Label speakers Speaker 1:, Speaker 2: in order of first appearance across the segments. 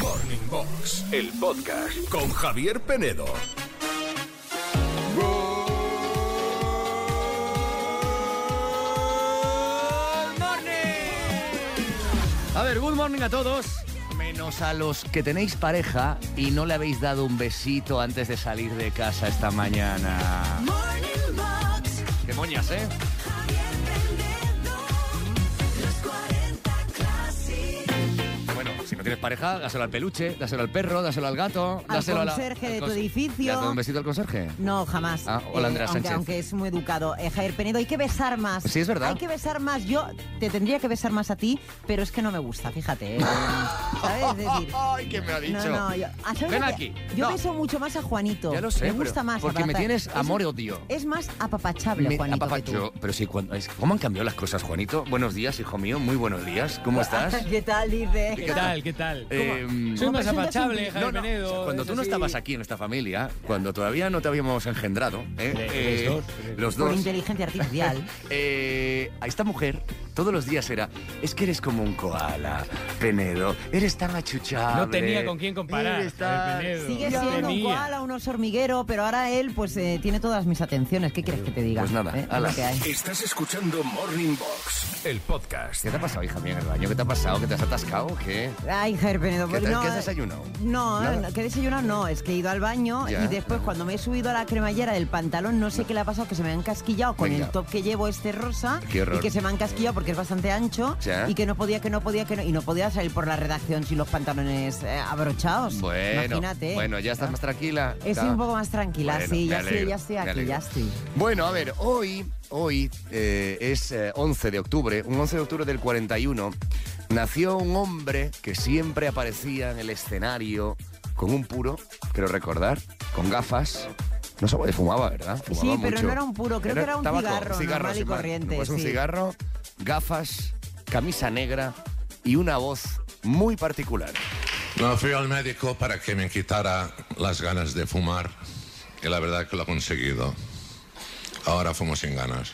Speaker 1: Morning Box, el podcast con Javier Penedo.
Speaker 2: A ver, good morning a todos. Menos a los que tenéis pareja y no le habéis dado un besito antes de salir de casa esta mañana.
Speaker 3: Morning Box,
Speaker 2: Qué moñas, ¿eh?
Speaker 3: Javier Penedo, los 40 Classic.
Speaker 2: Bueno, si no tienes pareja, dáselo al peluche, dáselo al perro, dáselo al gato,
Speaker 4: Al
Speaker 2: dáselo a la-
Speaker 4: conserje
Speaker 2: al
Speaker 4: de tu
Speaker 2: cons-
Speaker 4: edificio.
Speaker 2: ¿Le has dado un besito al conserje?
Speaker 4: No, jamás. Eh,
Speaker 2: Ah, hola, Andrea
Speaker 4: aunque,
Speaker 2: Sánchez.
Speaker 4: aunque es muy educado. Eh, Javier Penedo, hay que besar más.
Speaker 2: Sí, es verdad.
Speaker 4: Hay que besar más. Yo te tendría que besar más a ti, pero es que no me gusta, fíjate. eh. ¿Sabes? Es decir,
Speaker 2: ¡Ay, qué me ha
Speaker 4: no, no, yo, ah, ¿sabes
Speaker 2: Ven
Speaker 4: lo que-
Speaker 2: aquí.
Speaker 4: Yo
Speaker 2: No.
Speaker 4: beso mucho más a Juanito.
Speaker 2: Ya lo sé,
Speaker 4: Me
Speaker 2: pero-
Speaker 4: gusta más.
Speaker 2: porque me
Speaker 4: abrazar.
Speaker 2: tienes
Speaker 4: Es-
Speaker 2: amor-odio.
Speaker 4: Es, más apapachable,
Speaker 2: Me-
Speaker 4: Juanito.
Speaker 2: papá,
Speaker 4: que tú.
Speaker 2: yo- pero sí, cuando, es- ¿cómo han cambiado las cosas, Juanito? Buenos días, hijo mío, muy buenos días.
Speaker 4: Pues,
Speaker 2: ¿Cómo estás?
Speaker 4: ¿Qué tal, dice?
Speaker 5: ¿Qué tal? ¿Qué tal?
Speaker 2: Eh,
Speaker 5: Soy más
Speaker 4: presentas un
Speaker 5: apachable,
Speaker 4: vídeo?
Speaker 2: no,
Speaker 5: Javier
Speaker 2: no,
Speaker 5: Penedo.
Speaker 2: o sea, cuando
Speaker 5: es
Speaker 2: tú no
Speaker 5: así.
Speaker 2: estabas aquí en esta familia, cuando todavía no te habíamos engendrado, ¿eh?
Speaker 5: Eh, los dos, eh.
Speaker 2: los
Speaker 4: Por
Speaker 2: dos,
Speaker 4: inteligencia artificial.
Speaker 2: eh, a esta mujer todos los días era, es que eres como un koala, Penedo, eres tan achuchable.
Speaker 5: No tenía con quién comparar.
Speaker 2: eres tan-
Speaker 5: Javier Penedo.
Speaker 4: Sigue
Speaker 5: No
Speaker 4: siendo un
Speaker 5: tenía.
Speaker 4: koala, un oso hormiguero, pero ahora él pues eh, tiene todas mis atenciones. ¿Qué quieres que te diga?
Speaker 2: Pues nada,
Speaker 4: Eh, es
Speaker 2: ala.
Speaker 4: lo que hay.
Speaker 1: Estás escuchando Morning Box, el podcast.
Speaker 2: ¿Qué te ha pasado, hija mía, en el baño? ¿Qué te ha pasado? ¿Que te has atascado? ¿Qué?
Speaker 4: Ay, Javier Penedo,
Speaker 2: ¿Qué
Speaker 4: pues
Speaker 2: te-
Speaker 4: no,
Speaker 2: qué has
Speaker 4: eh,
Speaker 2: desayunado?
Speaker 4: No,
Speaker 2: Nada.
Speaker 4: no, que he desayunado no, es que he ido al baño
Speaker 2: Ya.
Speaker 4: y después cuando me he subido a la cremallera del pantalón, no sé qué le ha pasado, que se me han casquillado con
Speaker 2: Venga.
Speaker 4: el top que llevo este rosa
Speaker 2: Qué horror.
Speaker 4: y que se me han casquillado porque es bastante ancho
Speaker 2: Ya.
Speaker 4: y que no podía, que no podía, que no, y no podía salir por la redacción sin los pantalones eh, abrochados.
Speaker 2: Bueno,
Speaker 4: Imagínate.
Speaker 2: bueno, ya estás más tranquila.
Speaker 4: Estoy
Speaker 2: Ya.
Speaker 4: un poco más tranquila,
Speaker 2: Bueno,
Speaker 4: sí,
Speaker 2: me
Speaker 4: ya estoy,
Speaker 2: alegro,
Speaker 4: ya estoy
Speaker 2: me
Speaker 4: aquí,
Speaker 2: alegro.
Speaker 4: ya estoy.
Speaker 2: Bueno, a ver, hoy, hoy eh, es eh, 11 de octubre, un 11 de octubre del 41, nació un hombre que siempre aparecía en el escenario con un puro, creo recordar, con gafas. No se fumaba, ¿verdad?
Speaker 4: Sí,
Speaker 2: Fumaba
Speaker 4: pero
Speaker 2: mucho.
Speaker 4: no era un puro, creo que era un
Speaker 2: tabaco,
Speaker 4: cigarro normal y
Speaker 2: sin más.
Speaker 4: corriente,
Speaker 2: Pues un
Speaker 4: sí.
Speaker 2: cigarro, gafas, camisa negra y una voz muy particular.
Speaker 6: No, fui al médico para que me quitara las ganas de fumar y la verdad que lo he conseguido. Ahora fumo sin ganas.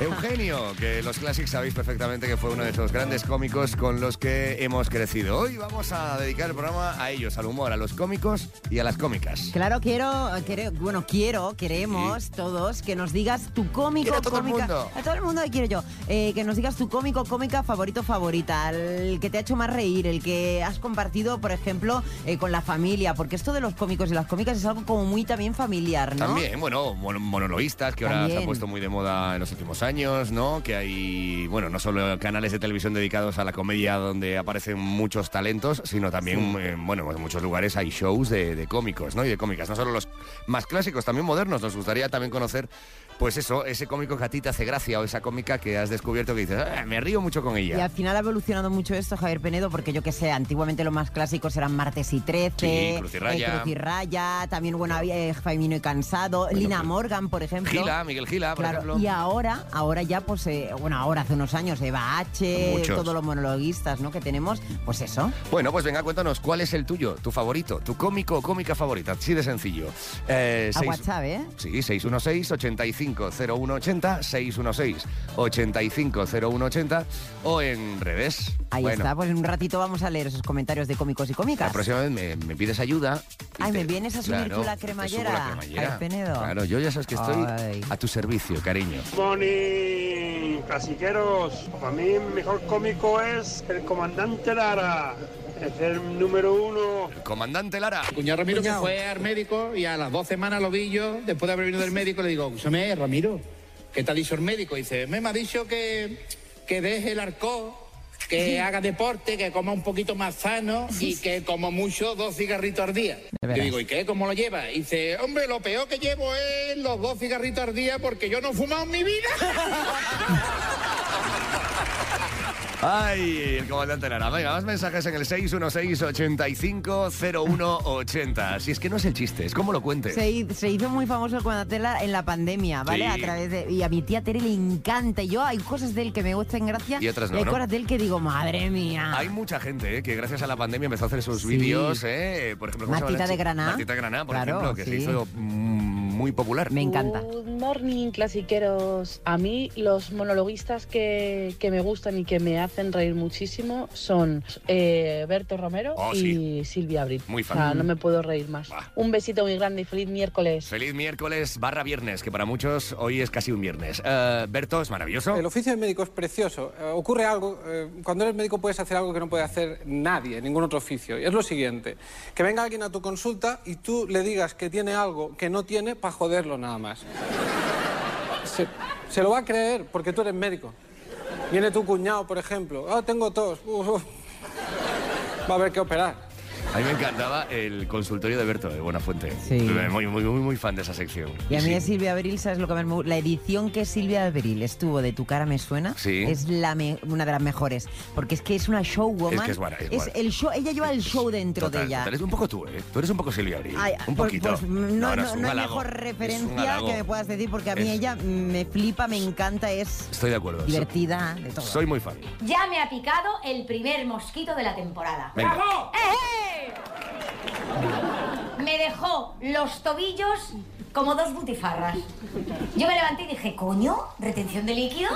Speaker 2: Eugenio, que los Classics sabéis perfectamente que fue uno de esos grandes cómicos con los que hemos crecido. Hoy vamos a dedicar el programa a ellos, al humor, a los cómicos y a las cómicas.
Speaker 4: Claro, quiero, quiero- bueno, quiero, queremos todos que nos digas tu cómico,
Speaker 2: Quiero a todo el
Speaker 4: cómica,
Speaker 2: mundo.
Speaker 4: a todo el mundo que quiero yo, Eh, que nos digas tu cómico, cómica favorito, favorita, el que te ha hecho más reír, el que has compartido, por ejemplo, eh, con la familia, porque esto de los cómicos y las cómicas es algo como muy también familiar, ¿no?
Speaker 2: También, bueno, mon- monologuistas que ahora
Speaker 4: También.
Speaker 2: se han puesto muy de moda en los últimos años, ¿no? Que hay, bueno, no solo canales de televisión dedicados a la comedia donde aparecen muchos talentos, sino también, eh, bueno, en muchos lugares hay shows de, de cómicos, ¿no? Y de cómicas, no solo los más clásicos, también modernos. Nos gustaría también conocer, pues eso, ese cómico que a ti te hace gracia o esa cómica que has descubierto que dices, "Ah, me río mucho con
Speaker 4: Y
Speaker 2: ella.
Speaker 4: al final ha evolucionado mucho esto, Javier Penedo, porque yo que sé, antiguamente los más clásicos eran Martes y Trece, eh,
Speaker 2: Sí, Cruz y Raya.
Speaker 4: Cruz y Raya, también, bueno, había eh, Faimino y Cansado, Lina
Speaker 2: pues,
Speaker 4: Morgan, por ejemplo.
Speaker 2: Gila, Miguel Gila, por
Speaker 4: Claro,
Speaker 2: ejemplo.
Speaker 4: y ahora, ahora ya, pues, eh, bueno, ahora hace unos años, Eva H,
Speaker 2: Muchos.
Speaker 4: todos los monologuistas, ¿no? Que tenemos, pues eso.
Speaker 2: Bueno, pues venga, cuéntanos, ¿cuál es el tuyo, tu favorito, tu cómico o cómica favorita? Así de sencillo. Eh,
Speaker 4: A
Speaker 2: seis-
Speaker 4: WhatsApp, ¿eh?
Speaker 2: Sí, 616-850180, 616-850180 o en redes.
Speaker 4: Ahí
Speaker 2: Bueno,
Speaker 4: está, pues en un ratito vamos a leer esos comentarios de cómicos y
Speaker 2: La
Speaker 4: cómicas.
Speaker 2: próxima vez me, me pides ayuda. y
Speaker 4: Ay, ¿me vienes a subir tú la
Speaker 2: te
Speaker 4: cremallera?
Speaker 2: subo la cremallera.
Speaker 4: Ay, Penedo.
Speaker 2: Claro, yo ya sabes que estoy
Speaker 4: Ay.
Speaker 2: a tu servicio, cariño.
Speaker 7: Morning, clasiqueros. Para mí, el mejor cómico es el comandante Lara. Es el número uno.
Speaker 2: Comandante Lara.
Speaker 8: Cuñado Ramiro que fue al médico y a las dos semanas lo vi yo, después de haber venido del médico, le digo, escúchame, Ramiro, ¿qué te ha dicho el médico? Y dice, me me ha dicho que, que deje el arco, que haga deporte, que coma un poquito más sano y que como mucho dos cigarritos al día.
Speaker 4: De veras.
Speaker 8: Le digo, ¿y qué? ¿Cómo lo lleva? Y dice, hombre, lo peor que llevo es los dos cigarritos al día porque yo no he fumado en mi vida.
Speaker 2: Ay, el comandante Lara. Venga, más mensajes en el 616-850180. Si es que no es el chiste, es como lo cuentes.
Speaker 4: Se, hi- se hizo muy famoso el comandante Lara en la pandemia, ¿vale?
Speaker 2: Sí.
Speaker 4: A través de. Y a mi tía Tere le encanta. Y yo hay cosas de él que me gustan gracia.
Speaker 2: Y otras no,
Speaker 4: Hay
Speaker 2: ¿no?
Speaker 4: cosas de él que digo, madre mía.
Speaker 2: Hay mucha gente eh, que gracias a la pandemia empezó a hacer sus
Speaker 4: Ah. Sí.
Speaker 2: vídeos, eh, por ejemplo, ¿cómo se llama la
Speaker 4: Martita de
Speaker 2: chica?
Speaker 4: Granada.
Speaker 2: Martita de Granada, por
Speaker 4: Claro,
Speaker 2: ejemplo, que se
Speaker 4: sí.
Speaker 2: hizo mm, muy popular.
Speaker 4: Me encanta.
Speaker 9: Good morning, clasiqueros. A mí los monologuistas que, que me gustan y que me hacen reír muchísimo son eh, Berto Romero
Speaker 2: Oh,
Speaker 9: y
Speaker 2: sí.
Speaker 9: Silvia Abril.
Speaker 2: Muy
Speaker 9: O
Speaker 2: fan.
Speaker 9: sea, no me puedo reír más.
Speaker 2: Buah.
Speaker 9: Un besito muy grande y feliz miércoles.
Speaker 2: Feliz miércoles barra viernes, que para muchos hoy es casi un viernes. Eh, Berto, es maravilloso.
Speaker 10: El oficio de médico es precioso. Eh, ocurre algo, eh, cuando eres médico puedes hacer algo que no puede hacer nadie, ningún otro oficio. Y es lo siguiente, que venga alguien a tu consulta y tú le digas que tiene algo que no tiene para joderlo nada más. Se, se lo va a creer porque tú eres médico. Viene tu cuñado, por ejemplo. Ah, tengo tos. Uf, uf. Va a haber que operar.
Speaker 2: A mí me encantaba el consultorio de Berto de Buenafuente.
Speaker 4: Sí.
Speaker 2: Muy, muy, muy, muy fan de esa sección.
Speaker 4: Y a mí
Speaker 2: Sí.
Speaker 4: de Silvia Abril, ¿sabes lo que más me gusta? La edición que Silvia Abril estuvo de Tu cara me suena
Speaker 2: Sí.
Speaker 4: es la me- una de las mejores. Porque es que es una
Speaker 2: Es
Speaker 4: showwoman.
Speaker 2: que es buena, es buena.
Speaker 4: el show, ella lleva el show dentro
Speaker 2: Total,
Speaker 4: de ella.
Speaker 2: total, es un poco tú, ¿eh? Tú eres un poco Silvia Abril.
Speaker 4: Ay,
Speaker 2: un
Speaker 4: pues-
Speaker 2: poquito.
Speaker 4: pues no,
Speaker 2: es
Speaker 4: no,
Speaker 2: un
Speaker 4: no hay
Speaker 2: halago.
Speaker 4: mejor
Speaker 2: Es un
Speaker 4: referencia
Speaker 2: halago.
Speaker 4: que me puedas decir, porque a mí
Speaker 2: Es-
Speaker 4: ella me flipa, me encanta, es
Speaker 2: Estoy de acuerdo. Soy-
Speaker 4: divertida, de todo.
Speaker 2: Soy muy fan.
Speaker 11: Ya me ha picado el primer mosquito de la temporada.
Speaker 2: Venga.
Speaker 11: ¡Eh, eh! Me dejó los tobillos como dos butifarras. Yo me levanté y dije, coño, retención de líquido.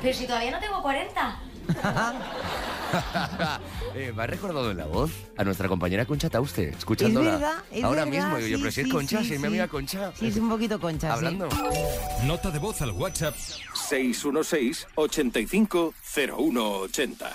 Speaker 11: Pero si todavía no tengo 40.
Speaker 2: Eh, me ha recordado en la voz a nuestra compañera Concha Tauste, escuchándola.
Speaker 4: Es verdad, es
Speaker 2: Ahora
Speaker 4: verdad,
Speaker 2: mismo, digo yo,
Speaker 4: sí,
Speaker 2: pero si es
Speaker 4: sí,
Speaker 2: Concha,
Speaker 4: sí,
Speaker 2: si es mi
Speaker 4: sí.
Speaker 2: amiga Concha.
Speaker 4: Sí, es un poquito concha, sí.
Speaker 2: Hablando.
Speaker 1: Nota de voz al WhatsApp 616-850180.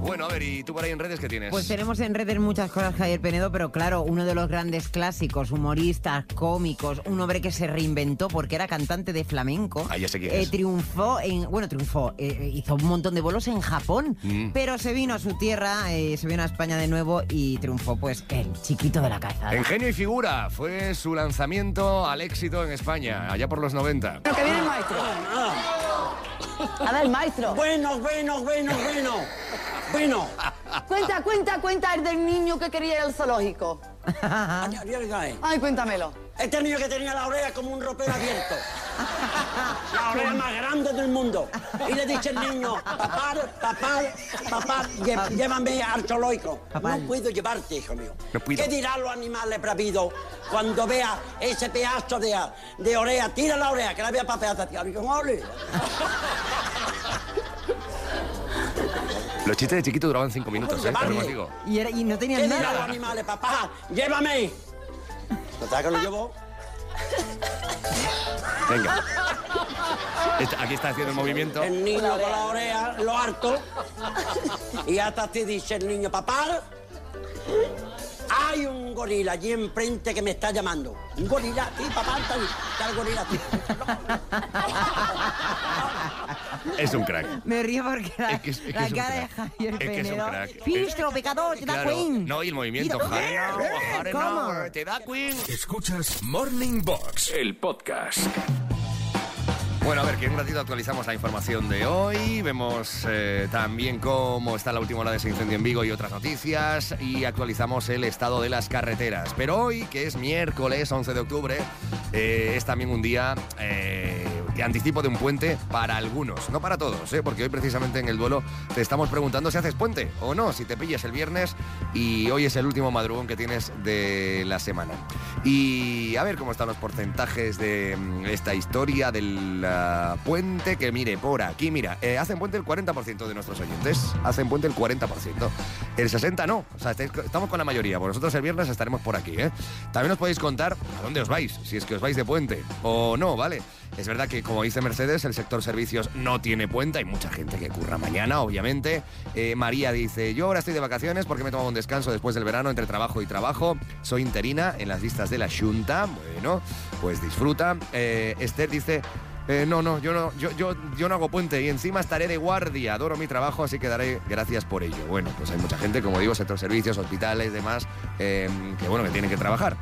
Speaker 2: Bueno, a ver, ¿y tú por ahí en redes qué tienes?
Speaker 4: Pues tenemos en redes muchas cosas, Javier Penedo, pero claro, uno de los grandes clásicos, humoristas, cómicos, un hombre que se reinventó porque era cantante de flamenco.
Speaker 2: Ah, ya sé quién
Speaker 4: Eh,
Speaker 2: es.
Speaker 4: triunfó en, bueno, triunfó, eh, eh, hizo un montón de bolos en Japón,
Speaker 2: Mm.
Speaker 4: pero se vino a su tierra, eh, se vino a España de nuevo y triunfó, pues, el chiquito de la caza.
Speaker 2: Engenio y figura fue su lanzamiento al éxito en España, allá por los 90.
Speaker 3: que viene el maestro. A ver, maestro.
Speaker 10: Bueno, bueno, bueno, bueno. Bueno.
Speaker 3: Cuenta, cuenta, cuenta el del niño que quería ir al zoológico. Ay, cuéntamelo.
Speaker 10: Este niño que tenía la oreja como un ropero abierto. La oreja más grande del mundo. Y le dice el niño, papá, papá, papá, lle- llévame al zoológico.
Speaker 4: Papá.
Speaker 10: No puedo llevarte, hijo mío.
Speaker 2: No puedo.
Speaker 10: ¿Qué dirán los animales bravidos cuando vea ese pedazo de, de oreja? Tira la oreja, que la vea papeada. Tío. Y yo, ole.
Speaker 2: Los chistes de chiquito duraban 5 minutos, ¿eh? Pero digo,
Speaker 4: Y, era- y no tenía
Speaker 10: ¿Qué dirán los
Speaker 4: nada.
Speaker 10: animales, papá? Llévame. ¿No sabes que lo llevó?
Speaker 2: venga. Está- Aquí está haciendo el movimiento.
Speaker 10: El niño con la oreja, lo harto. Y hasta te dice el niño, papá, hay un gorila allí enfrente que me está llamando. Un gorila, sí, papá, está, está el gorila aquí.
Speaker 2: Es un crack.
Speaker 4: Me río porque la,
Speaker 2: Es que es- es que
Speaker 4: la
Speaker 2: es un
Speaker 4: cara de
Speaker 2: crack.
Speaker 4: Javier
Speaker 2: Es que es un
Speaker 4: Penedo.
Speaker 2: crack.
Speaker 4: Fistro, pecador, te da
Speaker 2: Claro,
Speaker 4: queen.
Speaker 2: No, y el movimiento.
Speaker 4: Mira,
Speaker 2: Hare now, hare now,
Speaker 4: ¿Cómo?
Speaker 2: Te da Queen.
Speaker 1: Escuchas Morning Box, el podcast.
Speaker 2: Bueno, a ver, que en un ratito actualizamos la información de hoy. Vemos eh, también cómo está la última hora de ese incendio en Vigo y otras noticias. Y actualizamos el estado de las carreteras. Pero hoy, que es miércoles 11 de octubre, eh, es también un día eh, de anticipo de un puente para algunos. No para todos, ¿eh? porque hoy precisamente en el duelo te estamos preguntando si haces puente o no, si te pillas el viernes. Y hoy es el último madrugón que tienes de la semana. Y a ver cómo están los porcentajes de mm, esta historia del ah, puente. Que mire, por aquí, mira, eh, hacen puente el 40% de nuestros oyentes. Hacen puente el 40%. El 60% no. O sea, estáis- estamos con la mayoría. Por nosotros el viernes estaremos por aquí. ¿eh? También os podéis contar a dónde os vais, si es que os vais de puente o no, ¿vale? Es verdad que, como dice Mercedes, el sector servicios no tiene puente. Hay mucha gente que curra mañana, obviamente. Eh, María dice, yo ahora estoy de vacaciones porque me he tomado un descanso después del verano entre trabajo y trabajo. Soy interina en las listas de la Junta. Bueno, pues disfruta. Eh, Esther dice... "Eh, no, no, yo no, yo, yo, yo no hago puente y encima estaré de guardia. Adoro mi trabajo, así que daré gracias por ello. Bueno, pues hay mucha gente, como digo, sector servicios, hospitales, demás, eh, que bueno, que tienen que trabajar.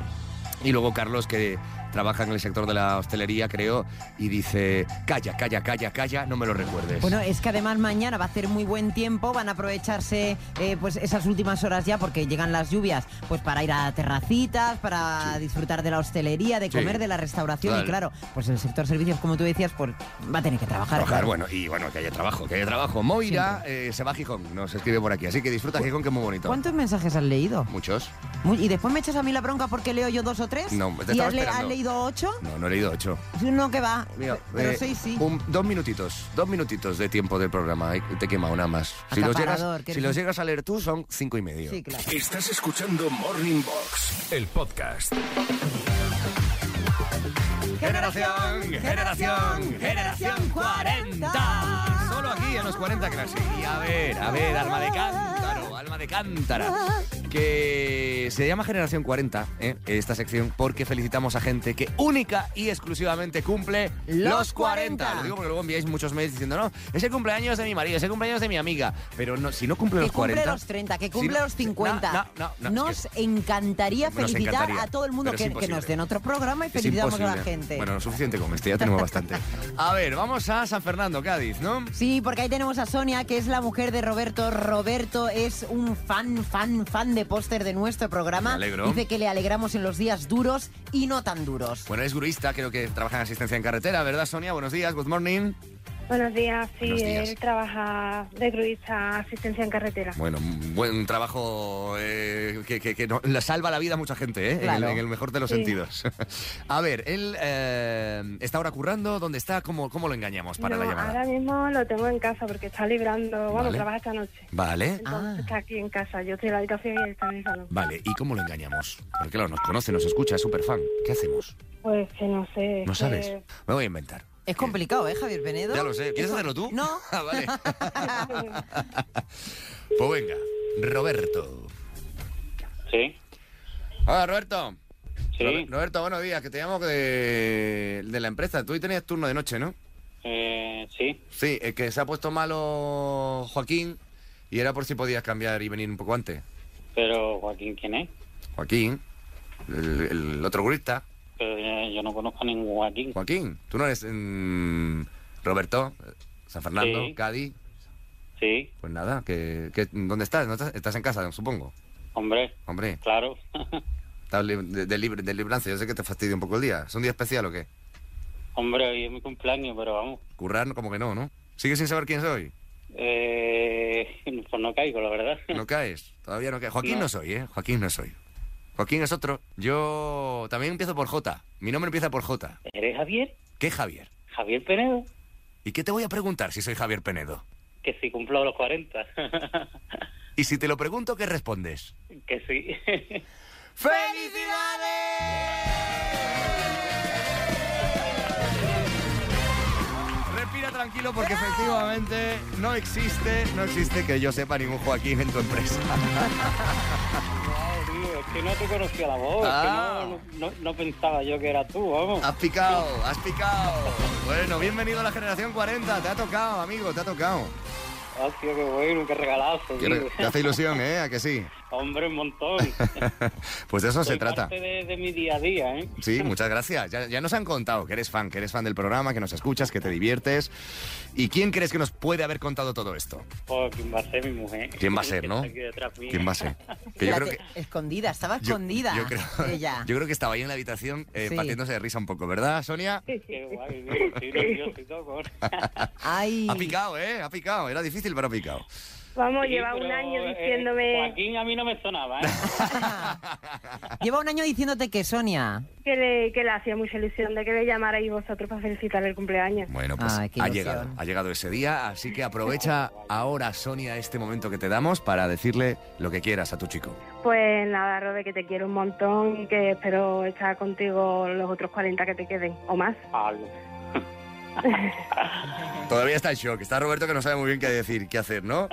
Speaker 2: Y luego Carlos, que trabaja en el sector de la hostelería, creo, y dice, calla, calla, calla, calla, no me lo recuerdes.
Speaker 4: Bueno, es que además mañana va a hacer muy buen tiempo, van a aprovecharse eh, pues esas últimas horas ya porque llegan las lluvias, pues para ir a terracitas, para disfrutar de la hostelería, de
Speaker 2: Sí.
Speaker 4: comer, de la restauración
Speaker 2: Total.
Speaker 4: y claro, pues el sector servicios, como tú decías, pues va a tener que trabajar.
Speaker 2: Trabajar,
Speaker 4: claro.
Speaker 2: bueno, y bueno, que haya trabajo, que haya trabajo. Moira eh, se va a Gijón, nos escribe por aquí, así que disfruta Gijón, que es muy bonito.
Speaker 4: ¿Cuántos mensajes has leído?
Speaker 2: Muchos.
Speaker 4: Muy- y después me echas a mí la bronca porque leo yo dos o tres.
Speaker 2: No, te
Speaker 4: y
Speaker 2: estaba
Speaker 4: has, le- has
Speaker 2: esperando.
Speaker 4: leído leído ocho?
Speaker 2: No, no he leído ocho.
Speaker 4: No, que va.
Speaker 2: Mira,
Speaker 4: pero
Speaker 2: eh,
Speaker 4: seis sí.
Speaker 2: un- dos minutitos, dos minutitos de tiempo del programa. eh, Te quema una más. Si los, llegas,
Speaker 4: Acaparador, que
Speaker 2: si
Speaker 4: eres
Speaker 2: los
Speaker 4: un-
Speaker 2: llegas a leer tú, son cinco y medio.
Speaker 4: Sí, claro.
Speaker 1: Estás escuchando Morning Box, el podcast.
Speaker 2: Generación, generación, generación 40. Solo aquí en los 40 Classic. Y a ver, a ver, alma de cántaro, alma de cántara. Que se llama Generación 40, ¿eh? esta sección, porque felicitamos a gente que única y exclusivamente cumple
Speaker 4: Los
Speaker 2: los, 40.
Speaker 4: 40.
Speaker 2: Lo digo porque luego enviáis muchos mails diciendo, no, es el cumpleaños de mi marido, es el cumpleaños de mi amiga. Pero no, si no cumple
Speaker 4: Que
Speaker 2: los 40.
Speaker 4: cumple los 30, que
Speaker 2: si
Speaker 4: cumple
Speaker 2: no-
Speaker 4: los 50.
Speaker 2: No, no, no, no, es
Speaker 4: nos
Speaker 2: que-
Speaker 4: encantaría
Speaker 2: Nos
Speaker 4: felicitar
Speaker 2: encantaría,
Speaker 4: a todo el mundo
Speaker 2: pero es
Speaker 4: que, que
Speaker 2: imposible.
Speaker 4: nos den otro programa y
Speaker 2: es
Speaker 4: felicitamos a la
Speaker 2: imposible.
Speaker 4: gente.
Speaker 2: Bueno, suficiente con este, ya tenemos bastante. A ver, vamos a San Fernando, Cádiz, ¿no?
Speaker 4: Sí, porque ahí tenemos a Sonia, que es la mujer de Roberto. Roberto es un fan, fan, fan de póster de nuestro programa.
Speaker 2: Me alegro.
Speaker 4: Dice que le alegramos en los días duros y no tan duros.
Speaker 2: Bueno, es gruista, creo que trabaja en asistencia en carretera, ¿verdad, Sonia? Buenos días, good morning.
Speaker 12: Buenos días, sí,
Speaker 2: Buenos días.
Speaker 12: él trabaja de gruista, asistencia en carretera.
Speaker 2: Bueno, un buen trabajo eh, que, que- que no- le salva la vida a mucha gente, ¿eh? En el-
Speaker 12: Claro.
Speaker 2: En, el, mejor de los
Speaker 12: Sí.
Speaker 2: sentidos. a ver, él eh, está ahora currando, ¿dónde está? ¿Cómo, cómo lo engañamos para
Speaker 12: No,
Speaker 2: la llamada?
Speaker 12: ahora mismo lo tengo en casa porque está librando, bueno,
Speaker 2: Vale.
Speaker 12: trabaja esta noche.
Speaker 2: Vale. Ah,
Speaker 12: Entonces está aquí en casa, yo estoy en la habitación y él está en el salón.
Speaker 2: Vale, ¿y cómo lo engañamos? Porque claro, nos conoce, nos escucha, es súper fan. ¿Qué hacemos?
Speaker 12: Pues que no sé.
Speaker 2: ¿No
Speaker 12: que-
Speaker 2: sabes? Me voy a inventar.
Speaker 4: Es complicado, ¿eh, Javier Penedo?
Speaker 2: Ya lo sé. ¿Quieres hacerlo tú?
Speaker 4: No.
Speaker 2: Ah, vale. Pues venga, Roberto.
Speaker 13: Sí.
Speaker 2: Hola, Roberto.
Speaker 13: Sí.
Speaker 2: Robe- Roberto, buenos días, que te llamo de, de la empresa. Tú hoy tenías turno de noche, ¿no?
Speaker 13: Eh, sí.
Speaker 2: Sí, es que se ha puesto malo Joaquín y era por si podías cambiar y venir un poco antes.
Speaker 13: Pero, Joaquín, ¿quién es?
Speaker 2: Joaquín, el, el otro gurista.
Speaker 13: Pero eh, yo no conozco a ningún Joaquín.
Speaker 2: Joaquín, tú no eres mm, Roberto, eh, San Fernando,
Speaker 13: Sí.
Speaker 2: Cádiz.
Speaker 13: Sí,
Speaker 2: Pues nada, que, que- ¿dónde estás? ¿No estás? Estás en casa, supongo.
Speaker 13: hombre,
Speaker 2: Hombre,
Speaker 13: claro.
Speaker 2: estás li- de, de libre- de libranza. Yo sé que te fastidia un poco el día. ¿Es un día especial o qué?
Speaker 13: hombre, hoy es mi cumpleaños, pero vamos.
Speaker 2: Currar, como que no, ¿no? ¿Sigues sin saber quién soy?
Speaker 13: Eh, pues no caigo, la verdad.
Speaker 2: ¿No caes? Todavía no caes. Joaquín no.
Speaker 13: No.
Speaker 2: soy, ¿eh? Joaquín no soy. Joaquín es otro. Yo también empiezo por J. Mi nombre empieza por J.
Speaker 13: ¿Eres Javier?
Speaker 2: ¿Qué Javier?
Speaker 13: Javier Penedo.
Speaker 2: ¿Y qué te voy a preguntar si soy Javier Penedo?
Speaker 13: Que si cumplo los 40.
Speaker 2: Y si te lo pregunto, ¿qué respondes?
Speaker 13: que sí.
Speaker 2: Respira tranquilo porque efectivamente no existe, no existe que yo sepa ningún Joaquín en tu empresa.
Speaker 13: Tío, es que no te conocía la voz. es que
Speaker 2: Ah.
Speaker 13: no, no- no pensaba yo que era tú, vamos.
Speaker 2: Has picado, has picado. Bueno, bienvenido a la generación 40. Te ha tocado, amigo, te ha tocado.
Speaker 13: Ah, tío, qué bueno, qué regalazo.
Speaker 2: Te
Speaker 13: tío.
Speaker 2: te hace ilusión, ¿eh? ¿A que sí?
Speaker 13: Hombre, un montón.
Speaker 2: Pues de eso se
Speaker 13: Soy
Speaker 2: trata.
Speaker 13: parte de, de mi día a día, ¿eh?
Speaker 2: Sí, muchas gracias. Ya, ya nos han contado que eres fan, que eres fan del programa, que nos escuchas, que te diviertes. ¿Y quién crees que nos puede haber contado todo esto?
Speaker 13: Oh, ¿quién va a ser mi mujer?
Speaker 2: ¿Quién va a ser,
Speaker 13: Que
Speaker 2: no?
Speaker 13: está aquí detrás mía.
Speaker 2: ¿Quién va a ser? Que yo creo que,
Speaker 4: Escondida, estaba
Speaker 2: yo-
Speaker 4: escondida.
Speaker 2: yo creo-
Speaker 4: Ella.
Speaker 2: yo creo que estaba ahí en la habitación eh,
Speaker 4: Sí.
Speaker 2: partiéndose de risa un poco, ¿verdad, Sonia?
Speaker 13: Qué guay, tío, estoy nervioso y todo, cojones.
Speaker 4: Ay.
Speaker 2: Ha picado, ¿eh? Ha picado. Era difícil, pero ha picado.
Speaker 12: Vamos,
Speaker 13: Sí,
Speaker 12: lleva un
Speaker 13: pero,
Speaker 12: año
Speaker 13: eh,
Speaker 12: diciéndome
Speaker 13: Joaquín a mí no me sonaba, ¿eh?
Speaker 4: Lleva un año diciéndote que Sonia.
Speaker 12: que le, que le hacía mucha ilusión de que le llamarais vosotros para felicitar el cumpleaños.
Speaker 2: Bueno, pues
Speaker 4: Ay, Ah, qué
Speaker 2: ha
Speaker 4: ilusión.
Speaker 2: llegado. Ha llegado ese día, así que aprovecha ahora, Sonia, este momento que te damos para decirle lo que quieras a tu chico.
Speaker 12: Pues nada, Robe, que te quiero un montón y que espero estar contigo los otros 40 que te queden, o más.
Speaker 13: Pablo.
Speaker 2: Todavía está en shock. Está Roberto que no sabe muy bien qué decir, qué hacer, ¿no?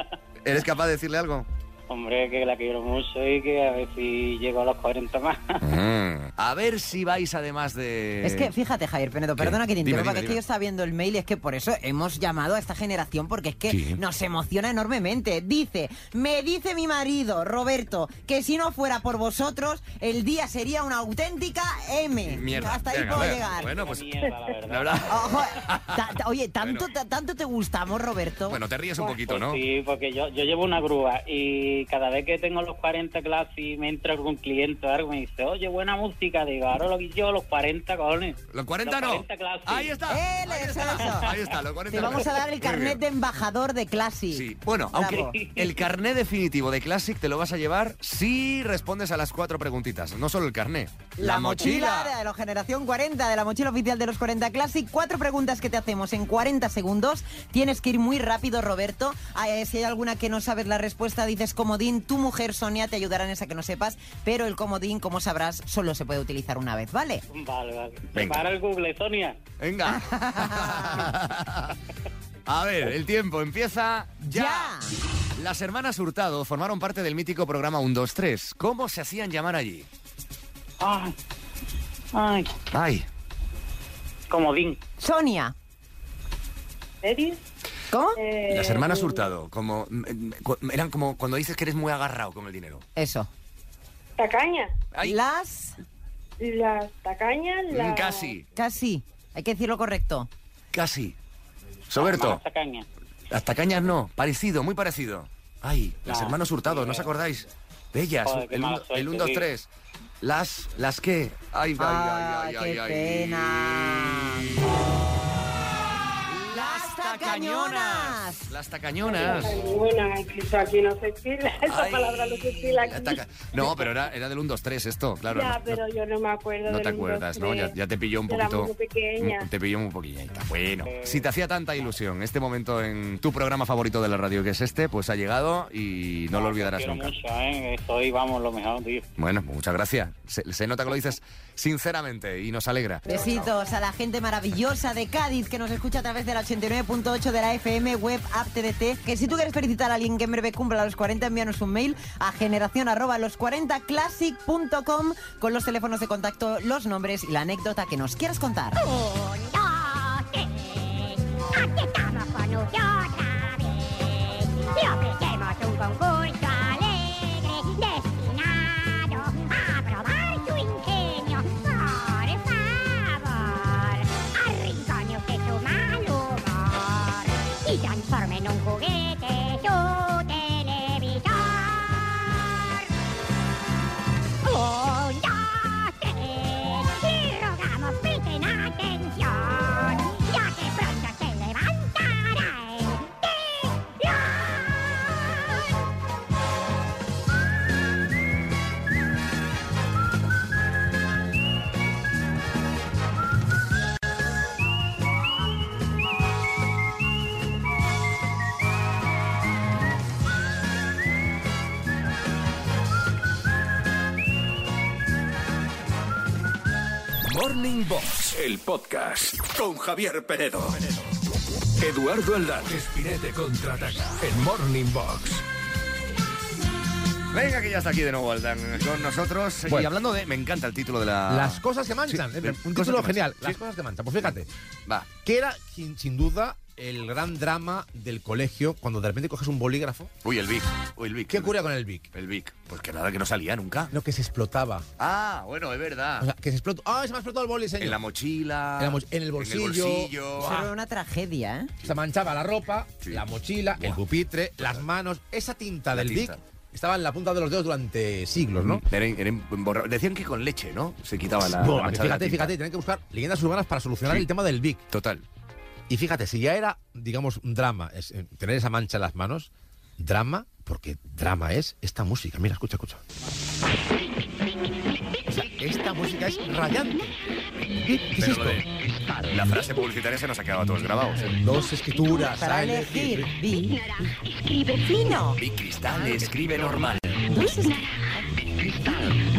Speaker 2: ¿Eres capaz de decirle algo?
Speaker 13: Hombre, que la quiero mucho y que a ver si llego a los 40 más.
Speaker 2: A ver si vais además de...
Speaker 4: Es que, fíjate, Javier Penedo,
Speaker 2: Eh, ¿Qué?
Speaker 4: perdona que te
Speaker 2: Dime,
Speaker 4: interrumpa,
Speaker 2: dime,
Speaker 4: que es
Speaker 2: dime.
Speaker 4: que yo estaba viendo el mail y es que por eso hemos llamado a esta generación, porque es que
Speaker 2: Sí.
Speaker 4: nos emociona enormemente. Dice, me dice mi marido, Roberto, que si no fuera por vosotros, el día sería una auténtica M.
Speaker 2: Mierda.
Speaker 4: Hasta ahí
Speaker 2: Venga,
Speaker 4: puedo
Speaker 2: bueno,
Speaker 4: llegar.
Speaker 2: Bueno, pues...
Speaker 13: Mierda, la verdad.
Speaker 2: La verdad...
Speaker 4: Ojo, ta- ta- oye, ¿tanto, ta- ¿tanto te gustamos, Roberto?
Speaker 2: Bueno, te ríes un poquito,
Speaker 13: Pues
Speaker 2: ¿no?
Speaker 13: Sí, porque yo, yo llevo una grúa y Y cada vez que tengo los 40 clases y me entra algún cliente o algo, me dice, oye, buena música. Digo, ahora lo que yo, los 40, cojones.
Speaker 2: Los 40 no. Ahí está.
Speaker 4: Ahí está.
Speaker 2: Ahí está, los 40
Speaker 4: Te vamos a dar el
Speaker 2: Muy bien.
Speaker 4: carnet de embajador de Classic.
Speaker 2: Bueno,
Speaker 4: Bravo.
Speaker 2: aunque el carné definitivo de Classic te lo vas a llevar si respondes a las cuatro preguntitas, no solo el carné.
Speaker 4: La mochila de la generación 40, de la mochila oficial de los 40 Classic. Cuatro preguntas que te hacemos en 40 segundos. Tienes que ir muy rápido, Roberto. Ah, eh, si hay alguna que no sabes la respuesta, dices comodín. Tu mujer, Sonia, te ayudará en esa que no sepas. Pero el comodín, como sabrás, solo se puede utilizar una vez, ¿vale?
Speaker 13: Vale, vale.
Speaker 2: Venga.
Speaker 13: Para el Google, Sonia.
Speaker 2: Venga. A ver, el tiempo empieza ya. Las hermanas Hurtado formaron parte del mítico programa 1, 2, 3. ¿Cómo se hacían llamar allí?
Speaker 13: Ay, ay.
Speaker 2: Ay.
Speaker 13: Comodín.
Speaker 4: Sonia.
Speaker 12: ¿Series?
Speaker 4: ¿Cómo?
Speaker 12: Eh.
Speaker 2: Las hermanas Hurtado, como mm, cu- eran como cuando dices que eres muy agarrado con el dinero.
Speaker 4: Eso.
Speaker 12: Tacaña.
Speaker 4: Las.
Speaker 12: Las tacañas, las.
Speaker 2: mm, Casi,
Speaker 4: Casi. Hay que decir lo correcto.
Speaker 2: casi. Soberto,
Speaker 13: Tacaña.
Speaker 2: las tacañas no, parecido, muy parecido. Ay, las
Speaker 13: No,
Speaker 2: hermanas Hurtado, ¿no os acordáis? De ellas,
Speaker 13: Joder, qué
Speaker 2: el
Speaker 13: mala
Speaker 2: 1,
Speaker 13: suerte,
Speaker 2: 2,
Speaker 13: sí.
Speaker 2: 3. Las, las qué. Ay, ay,
Speaker 4: Ah,
Speaker 2: ay, ay, ay,
Speaker 4: qué
Speaker 2: ay.
Speaker 4: pena.
Speaker 2: Las tacañonas. Las tacañonas.
Speaker 12: Bueno, incluso aquí no se estila, esa
Speaker 2: Ay.
Speaker 12: palabra no se estila aquí.
Speaker 2: Taca- No, pero era, era del 1, 2, 3 esto, claro.
Speaker 12: ya,
Speaker 2: no- no-
Speaker 12: pero yo no me acuerdo.
Speaker 2: No
Speaker 12: del
Speaker 2: te
Speaker 12: uno,
Speaker 2: acuerdas, ¿no?
Speaker 12: tres.
Speaker 2: Ya, ya te pilló un
Speaker 12: Yo era
Speaker 2: poquito.
Speaker 12: muy pequeña.
Speaker 2: mm, Te pilló muy poquillita. Bueno, si te hacía tanta ilusión este momento en tu programa favorito de la radio, que es este, pues ha llegado y no lo olvidarás
Speaker 13: Ah, Quiero
Speaker 2: nunca.
Speaker 13: mucho, ¿eh? Soy, vamos, lo mejor, tío.
Speaker 2: Bueno, muchas gracias. Se, se nota que lo dices sinceramente y nos alegra.
Speaker 4: Besitos a la gente maravillosa de Cádiz que nos escucha a través de la 89.8 de la FM web app TDT. Que si tú quieres felicitar a alguien que en breve cumpla los 40, envíanos un mail a generación arroba los 40 classic.com con los teléfonos de contacto, los nombres y la anécdota que nos quieras contar.
Speaker 2: Oh,
Speaker 14: Hola, ¿qué es? Aquí estamos con usted otra vez. Le ofrecemos un concurso alegre destinado a probar su ingenio. Por favor, arrincone usted su mal humor y transforme en un juguete su televisor. Un, dos, tres, y rogamos presten atención, ya que pronto se levantará el
Speaker 1: Morning Box, el podcast con Javier Penedo. Eduardo Aldán, Espinete contraataca en Morning Box.
Speaker 2: Venga, que ya está aquí de nuevo Aldán con nosotros. Y
Speaker 15: Bueno.
Speaker 2: hablando de. Me encanta el título de la.
Speaker 15: Las cosas que manchan.
Speaker 2: Ah. Sí,
Speaker 15: eh,
Speaker 2: de-
Speaker 15: un
Speaker 2: cosas que
Speaker 15: título
Speaker 2: manchan.
Speaker 15: genial.
Speaker 2: Sí.
Speaker 15: Las cosas que manchan. Pues fíjate.
Speaker 2: Va.
Speaker 15: Que era, sin, sin duda, el gran drama del colegio cuando de repente coges un bolígrafo.
Speaker 2: Uy, el Vic. Uy, el Vic.
Speaker 15: ¿Qué ocurría con el Vic?
Speaker 2: El Vic. Pues que nada, que no salía nunca.
Speaker 15: Lo que se explotaba.
Speaker 2: Ah, bueno, es verdad.
Speaker 15: O sea, que se explotó. ¡Ah, se me ha explotado el boli, señor!
Speaker 2: en la mochila.
Speaker 15: En la mo- en el bolsillo.
Speaker 2: bolsillo.
Speaker 4: Eso era una tragedia, ¿eh?
Speaker 15: Se manchaba la ropa, la mochila, el pupitre, las manos. Esa tinta
Speaker 2: La
Speaker 15: del
Speaker 2: tinta.
Speaker 15: Vic estaba en la punta de los dedos durante siglos, ¿no?
Speaker 2: Era in- era imborra- Decían que con leche, ¿no? Se quitaba la.
Speaker 15: Bueno,
Speaker 2: Ah, la mancha de la
Speaker 15: fíjate,
Speaker 2: tinta.
Speaker 15: fíjate, tienen que buscar leyendas urbanas para solucionar
Speaker 2: Sí.
Speaker 15: el tema del Vic.
Speaker 2: Total.
Speaker 15: Y fíjate, si ya era, digamos, un drama es, eh, tener esa mancha en las manos, drama, porque drama es esta música. Mira, escucha, escucha. O sea, esta música es rayante. ¿Qué, qué es
Speaker 2: Pero
Speaker 15: esto?
Speaker 2: lo de- La frase publicitaria se nos ha quedado a todos grabados. ¿eh?
Speaker 15: Dos escrituras
Speaker 4: Para
Speaker 15: a elegir.
Speaker 4: elegir, vi. Escribe fino.
Speaker 2: Mi cristal escribe normal.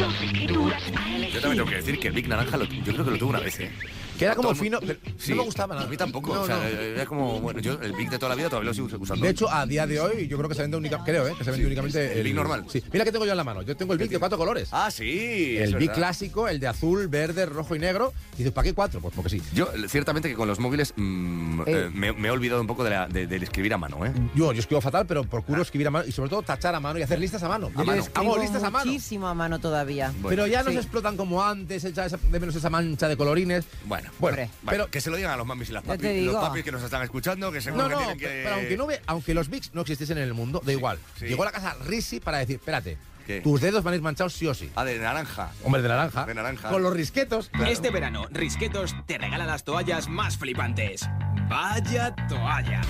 Speaker 2: Yo también tengo que decir que el Big Naranja lo- yo creo que lo tuve una vez, ¿eh?
Speaker 15: Que era como
Speaker 2: Todo el mu-
Speaker 15: fino, pero
Speaker 2: Sí,
Speaker 15: no me gustaba nada.
Speaker 2: A mí tampoco.
Speaker 15: No,
Speaker 2: o sea, eh,
Speaker 15: no.
Speaker 2: era como, bueno, yo el Big de toda la vida todavía lo sigo usando.
Speaker 15: De hecho, a día de hoy, yo creo que se vende únicamente. Creo, ¿eh? Que se vende
Speaker 2: Sí,
Speaker 15: únicamente.
Speaker 2: el Vic normal.
Speaker 15: Sí. Mira que tengo yo en la mano. Yo tengo el Vic de cuatro colores.
Speaker 2: Ah, sí. es
Speaker 15: el Vic
Speaker 2: verdad.
Speaker 15: clásico, el de azul, verde, rojo y negro. Y dices, ¿para qué cuatro? Pues porque sí.
Speaker 2: Yo, ciertamente que con los móviles mm,
Speaker 15: Eh.
Speaker 2: eh, me, me he olvidado un poco de, la- de- del escribir a mano, ¿eh?
Speaker 15: Yo, yo escribo fatal, pero
Speaker 2: Ah.
Speaker 15: procuro escribir a mano y sobre todo tachar a mano y hacer listas a mano. Yo le Hago
Speaker 4: Escribo
Speaker 15: listas a mano.
Speaker 4: Muchísimo a mano todavía.
Speaker 15: Pero ya no
Speaker 4: Sí.
Speaker 15: se explotan como antes, echa esa- de menos esa mancha de colorines.
Speaker 2: Bueno. Bueno, bueno. pero que se lo digan a los mamis y las
Speaker 15: Ya te
Speaker 2: papis.
Speaker 15: digo.
Speaker 2: Los papis que nos están escuchando, que
Speaker 15: No,
Speaker 2: seguro que
Speaker 15: no,
Speaker 2: tienen
Speaker 15: pe-
Speaker 2: que.
Speaker 15: pero aunque, no ve- aunque los VIX no existiesen en el mundo, da igual.
Speaker 2: sí.
Speaker 15: Llegó a la casa Risi para decir, espérate,
Speaker 2: ¿Qué?
Speaker 15: tus dedos van a ir manchados sí o sí.
Speaker 2: Ah, de naranja.
Speaker 15: Hombre, de naranja.
Speaker 2: De naranja.
Speaker 15: Con los risquetos.
Speaker 16: Este verano, Risquetos te regala las toallas más flipantes. Vaya toalla.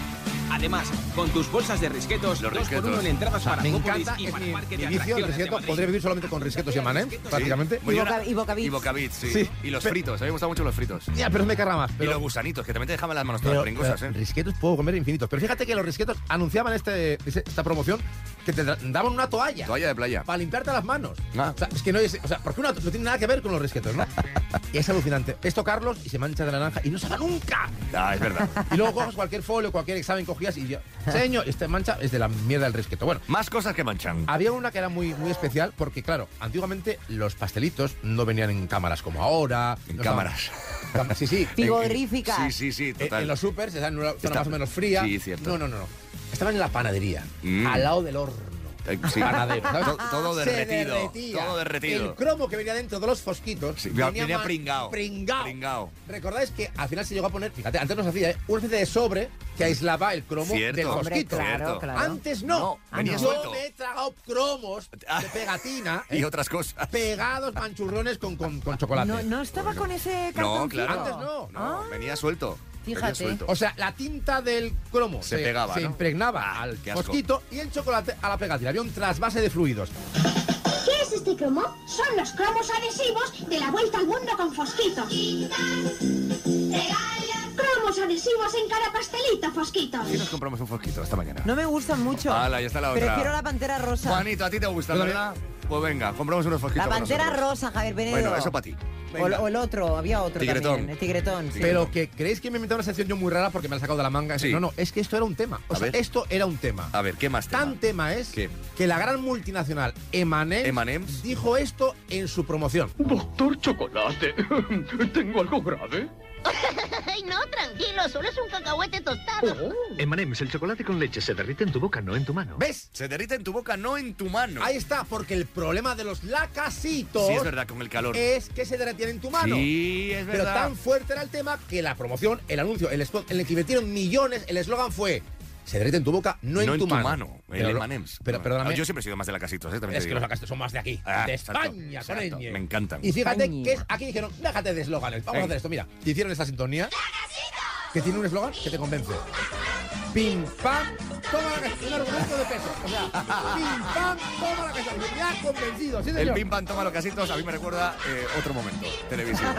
Speaker 16: Además, con tus bolsas de risquetos, dos por uno en entradas para
Speaker 15: Me
Speaker 16: Mópolis
Speaker 15: encanta,
Speaker 16: y
Speaker 15: es
Speaker 16: para
Speaker 15: mi,
Speaker 16: Parque
Speaker 15: mi
Speaker 16: de
Speaker 15: vicio el
Speaker 16: Atracciones de
Speaker 15: risqueto.
Speaker 16: Madrid.
Speaker 15: Podría vivir solamente con risquetos y manem, prácticamente.
Speaker 2: Muy bien.
Speaker 4: y bocavits.
Speaker 2: Pues Y bocavits, sí.
Speaker 15: Sí.
Speaker 2: Y los fritos, a mí me gustan mucho los fritos.
Speaker 15: Ya, pero me carga más.
Speaker 2: Y
Speaker 15: pero-
Speaker 2: los gusanitos, que también te dejaban las manos todas
Speaker 15: Pero,
Speaker 2: pringosas,
Speaker 15: pero
Speaker 2: ¿eh?
Speaker 15: Risquetos puedo comer infinitos. Pero fíjate que los risquetos anunciaban este, ese- esta promoción que te da- daban una toalla.
Speaker 2: Toalla Ah. de playa.
Speaker 15: Para limpiarte las manos. O sea, es que no es. O sea, porque una, no tiene nada que ver con los risquetos, ¿no? y es alucinante. Esto, Carlos, y se mancha de naranja y no se va nunca.
Speaker 2: Ah, es verdad.
Speaker 15: Y luego coges cualquier folio, cualquier examen, cogías y yo. Señor, esta mancha es de la mierda del risqueto. Bueno.
Speaker 2: Más cosas que manchan.
Speaker 15: Había una que era muy, muy especial porque, claro, antiguamente los pastelitos no venían en cámaras como ahora. En
Speaker 2: cámaras.
Speaker 15: Sí, sí.
Speaker 4: Frigoríficas.
Speaker 2: eh, Sí, sí, sí,
Speaker 15: En,
Speaker 2: total.
Speaker 15: en los supers, están en una zona más o menos fría.
Speaker 2: Sí, cierto.
Speaker 15: No, no, no. no. Estaban en la panadería,
Speaker 2: Mm.
Speaker 15: al lado del horno.
Speaker 2: Eh, sí.
Speaker 15: Panadero, ¿sabes?
Speaker 2: To- Todo
Speaker 15: Se
Speaker 2: derretido.
Speaker 15: derretía.
Speaker 2: Todo derretido.
Speaker 15: El cromo que venía dentro de los fosquitos.
Speaker 2: Sí, venía
Speaker 15: ma-
Speaker 2: pringao.
Speaker 15: Pringao.
Speaker 2: Pringao.
Speaker 15: ¿Recordáis que al final se llegó a poner, fíjate, antes no se hacía, ¿eh? una especie de sobre que aislaba el cromo
Speaker 2: Cierto.
Speaker 15: del
Speaker 2: Hombre,
Speaker 15: fosquito?
Speaker 2: claro, Cierto. claro.
Speaker 15: Antes no.
Speaker 2: No,
Speaker 15: Ah,
Speaker 2: venía suelto. Ah.
Speaker 15: Yo me he tragado cromos de pegatina
Speaker 2: Y
Speaker 15: ¿eh?
Speaker 2: otras cosas.
Speaker 15: pegados manchurrones con, con, con chocolate.
Speaker 4: No, no estaba con ese cartoncito.
Speaker 2: No, claro.
Speaker 15: Antes no.
Speaker 2: No, Ah. venía suelto. Venía
Speaker 15: Fíjate.
Speaker 2: suelto.
Speaker 15: O sea, la tinta del cromo
Speaker 2: Se pegaba,
Speaker 15: se
Speaker 2: ¿no? Ah,
Speaker 15: impregnaba al
Speaker 2: qué asco.
Speaker 15: mosquito y el chocolate a la pegatina. Había un trasvase de fluidos.
Speaker 14: ¿Qué es este cromo? Son los cromos adhesivos de la vuelta al mundo con fosquitos. Cromos adhesivos en cada pastelito, fosquitos.
Speaker 2: ¿Qué nos compramos un fosquito esta mañana?
Speaker 4: No me gustan mucho.
Speaker 2: Ala, ya está la otra.
Speaker 4: Prefiero la pantera rosa.
Speaker 2: Juanito, ¿a ti te gusta, verdad? Pues venga, compramos unos fosquitos.
Speaker 4: La
Speaker 2: para
Speaker 4: pantera
Speaker 2: nosotros.
Speaker 4: rosa, Javier Penedo.
Speaker 2: Bueno, eso para ti.
Speaker 4: O, o el otro, había otro
Speaker 2: Tigretón.
Speaker 4: también. El tigretón. sí.
Speaker 15: Pero que creéis que me he inventado una sección yo muy rara porque me la han sacado de la manga.
Speaker 2: Sí.
Speaker 15: No, no, es que esto era un tema. O
Speaker 2: A
Speaker 15: sea,
Speaker 2: ver.
Speaker 15: esto era un tema.
Speaker 2: A ver, ¿qué más tema?
Speaker 15: Tan tema es
Speaker 2: ¿Qué?
Speaker 15: que la gran multinacional Emanems,
Speaker 2: Emanems.
Speaker 15: dijo esto en su promoción.
Speaker 17: Doctor Chocolate, ¿tengo algo grave?
Speaker 14: Ay, no, tranquilo, solo es un cacahuete tostado.
Speaker 17: Emanems, el chocolate con leche se derrite en tu boca, no en tu mano.
Speaker 15: ¿Ves?
Speaker 2: Se derrite en tu boca, no en tu mano.
Speaker 15: Ahí está, porque el problema de los lacasitos
Speaker 2: Sí, es verdad, con el calor.
Speaker 15: es que se derretían en tu mano.
Speaker 2: Sí, es
Speaker 15: Pero
Speaker 2: verdad.
Speaker 15: tan fuerte era el tema que la promoción, el anuncio, el spot en el que invirtieron millones, el eslogan fue se derrite en tu boca, no, en, tu,
Speaker 2: El
Speaker 15: Pero-
Speaker 2: M&M's.
Speaker 15: Pero perdóname,
Speaker 2: Ah, Yo siempre he sido más de la casitos, ¿eh? También
Speaker 15: es que
Speaker 2: te digo.
Speaker 15: los lacasitos son más de aquí,
Speaker 2: Ah,
Speaker 15: de
Speaker 2: exacto,
Speaker 15: España, con
Speaker 2: exacto.
Speaker 15: ñ.
Speaker 2: Me encantan.
Speaker 15: Y fíjate
Speaker 2: España.
Speaker 15: que es- aquí dijeron, déjate de eslóganes, vamos
Speaker 2: Venga.
Speaker 15: a hacer esto, mira. Hicieron esta sintonía que tiene un eslogan que te convence. Pim, pam, toma la canción, un argumento de peso. O sea, pim, pam, toma la canción. Me ha convencido, sí,
Speaker 2: El
Speaker 15: señor.
Speaker 2: pim pam toma los casitos a mí me recuerda eh, otro momento televisivo.